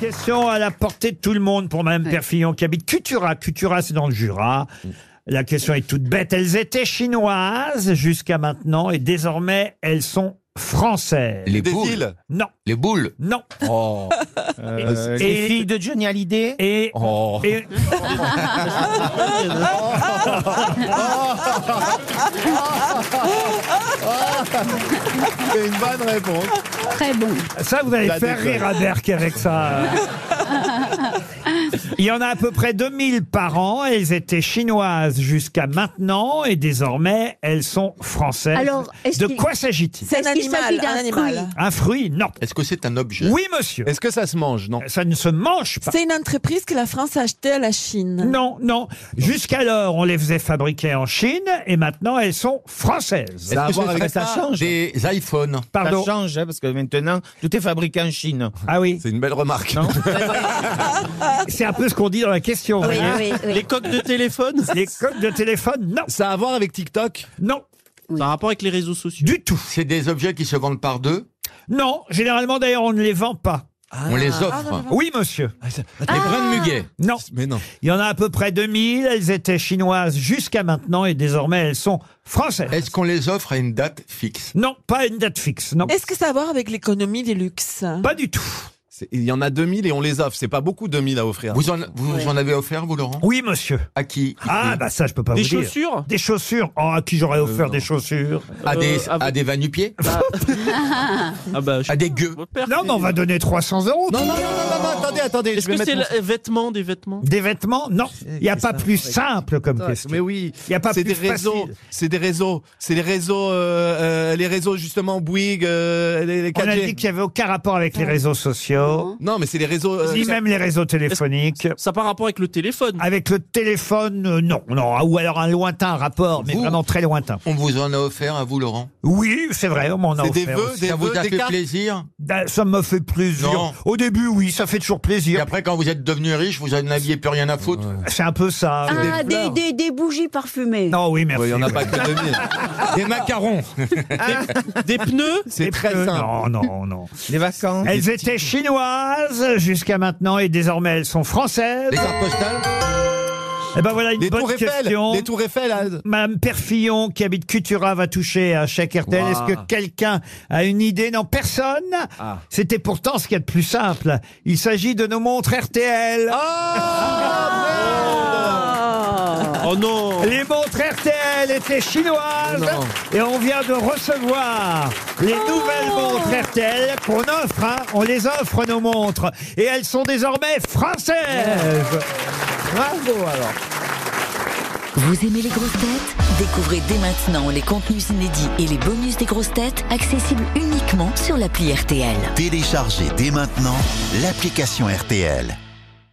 question à la portée de tout le monde pour Mme Perfillon qui habite Cutura. Cutura, c'est dans le Jura. La question est toute bête. Elles étaient chinoises jusqu'à maintenant et désormais elles sont françaises. Les Des boules. îles Non. Les boules Non. Oh. Euh, les et- filles de Johnny Hallyday Et, Oh. et- C'est une bonne réponse. Très bon. ça, vous allez La faire déconne. rire à Berck avec ça. Il y en a à peu près 2000 par an. Elles étaient chinoises jusqu'à maintenant et désormais elles sont françaises. Alors, est-ce de qu'il- quoi s'agit-il C'est un Est-ce qu'il animal, s'agit d'un un animal. fruit Un fruit Non. Est-ce que c'est un objet Oui, monsieur. Est-ce que ça se mange Non. Ça ne se mange pas. C'est une entreprise que la France a achetée à la Chine. Non, non. Jusqu'alors, on les faisait fabriquer en Chine et maintenant elles sont françaises. Ça a Est-ce à que voir ce avec- serait ça pas change. Des iPhones. Pardon. Ça change, hein, parce que maintenant, tout est fabriqué en Chine. Ah oui, C'est une belle remarque. Non c'est un peu ce qu'on dit dans la question. vous Ah Oui, voyez. oui, oui. Les coques de téléphone Les codes de téléphone, non, Ça a à voir avec TikTok non, Ça a rapport avec les réseaux sociaux du tout. C'est des objets qui se vendent par deux. Non, généralement d'ailleurs, on ne les vend pas. On les offre. Oui, monsieur. Les brins de muguet. Non, Mais non. il y en a à peu près 2000, elles étaient chinoises jusqu'à maintenant et désormais elles sont françaises. Est-ce qu'on les offre à une date fixe Non, pas à une date fixe, non, Est-ce que ça a à voir avec l'économie des luxes pas du tout. C'est- Il y en a 2000 et on les offre. C'est pas beaucoup 2000 à offrir. Vous en, vous en avez offert, vous, Laurent Oui, monsieur. À qui Ah, bah ça, je peux pas Des vous dire. chaussures Des chaussures Oh, à qui j'aurais offert Euh, non. des chaussures À des, Euh, à- à des vanupiers Ah bah, je- À des gueux Non, mais on va donner 300 euros. Non, non, non, non, non, attendez, attendez. Est-ce que c'est les vêtements, des vêtements Des vêtements Non, il n'y a pas plus simple comme question. Mais oui, Y a pas c'est plus des réseaux, facile. c'est des réseaux, c'est les réseaux, euh, euh, les réseaux justement Bouygues, euh, les, les On a 4G. dit qu'il n'y avait aucun rapport avec les réseaux sociaux, Non, mais c'est les réseaux. euh, ni même les réseaux téléphoniques. Ça par rapport avec le téléphone. Avec le téléphone, euh, non, non, ou alors un lointain rapport, mais Vous- vraiment très lointain. On vous en a offert à vous, Laurent Oui, c'est vrai, on m'en a C'est des offert vœux, aussi. des Ça vous vœux, a des fait cartes. plaisir Da- Ça me fait plaisir. Non. Au début, oui, ça fait toujours Et plaisir. après, quand vous êtes devenu riche, vous en aviez plus rien à foutre C'est un peu ça. euh. Ah, des, fleurs. des- des bougies parfumées. Non, oui, merci. Il y en a ouais. pas que 2000. Des macarons Des pneus C'est Et très peu- simple. Non, non, non. Des vacances. Elles étaient chinoises jusqu'à maintenant et désormais elles sont françaises. Des cartes postales Et ben voilà une Les bonne tours Eiffel, question. les tours Eiffel. ah, Madame Perfillon, qui habite Cutura, va toucher à chèque RTL. Wow. Est-ce que quelqu'un a une idée Non, personne. Ah. C'était pourtant ce qu'il y a de plus simple. Il s'agit de nos montres RTL. Ah. Oh non Les montres RTL étaient chinoises. Et on vient de recevoir les nouvelles Oh. montres RTL qu'on offre. hein. On les offre, nos montres. Et elles sont désormais françaises. Bravo alors. Vous aimez les grosses têtes Découvrez dès maintenant les contenus inédits et les bonus des grosses têtes accessibles uniquement sur l'appli RTL. Téléchargez dès maintenant l'application RTL.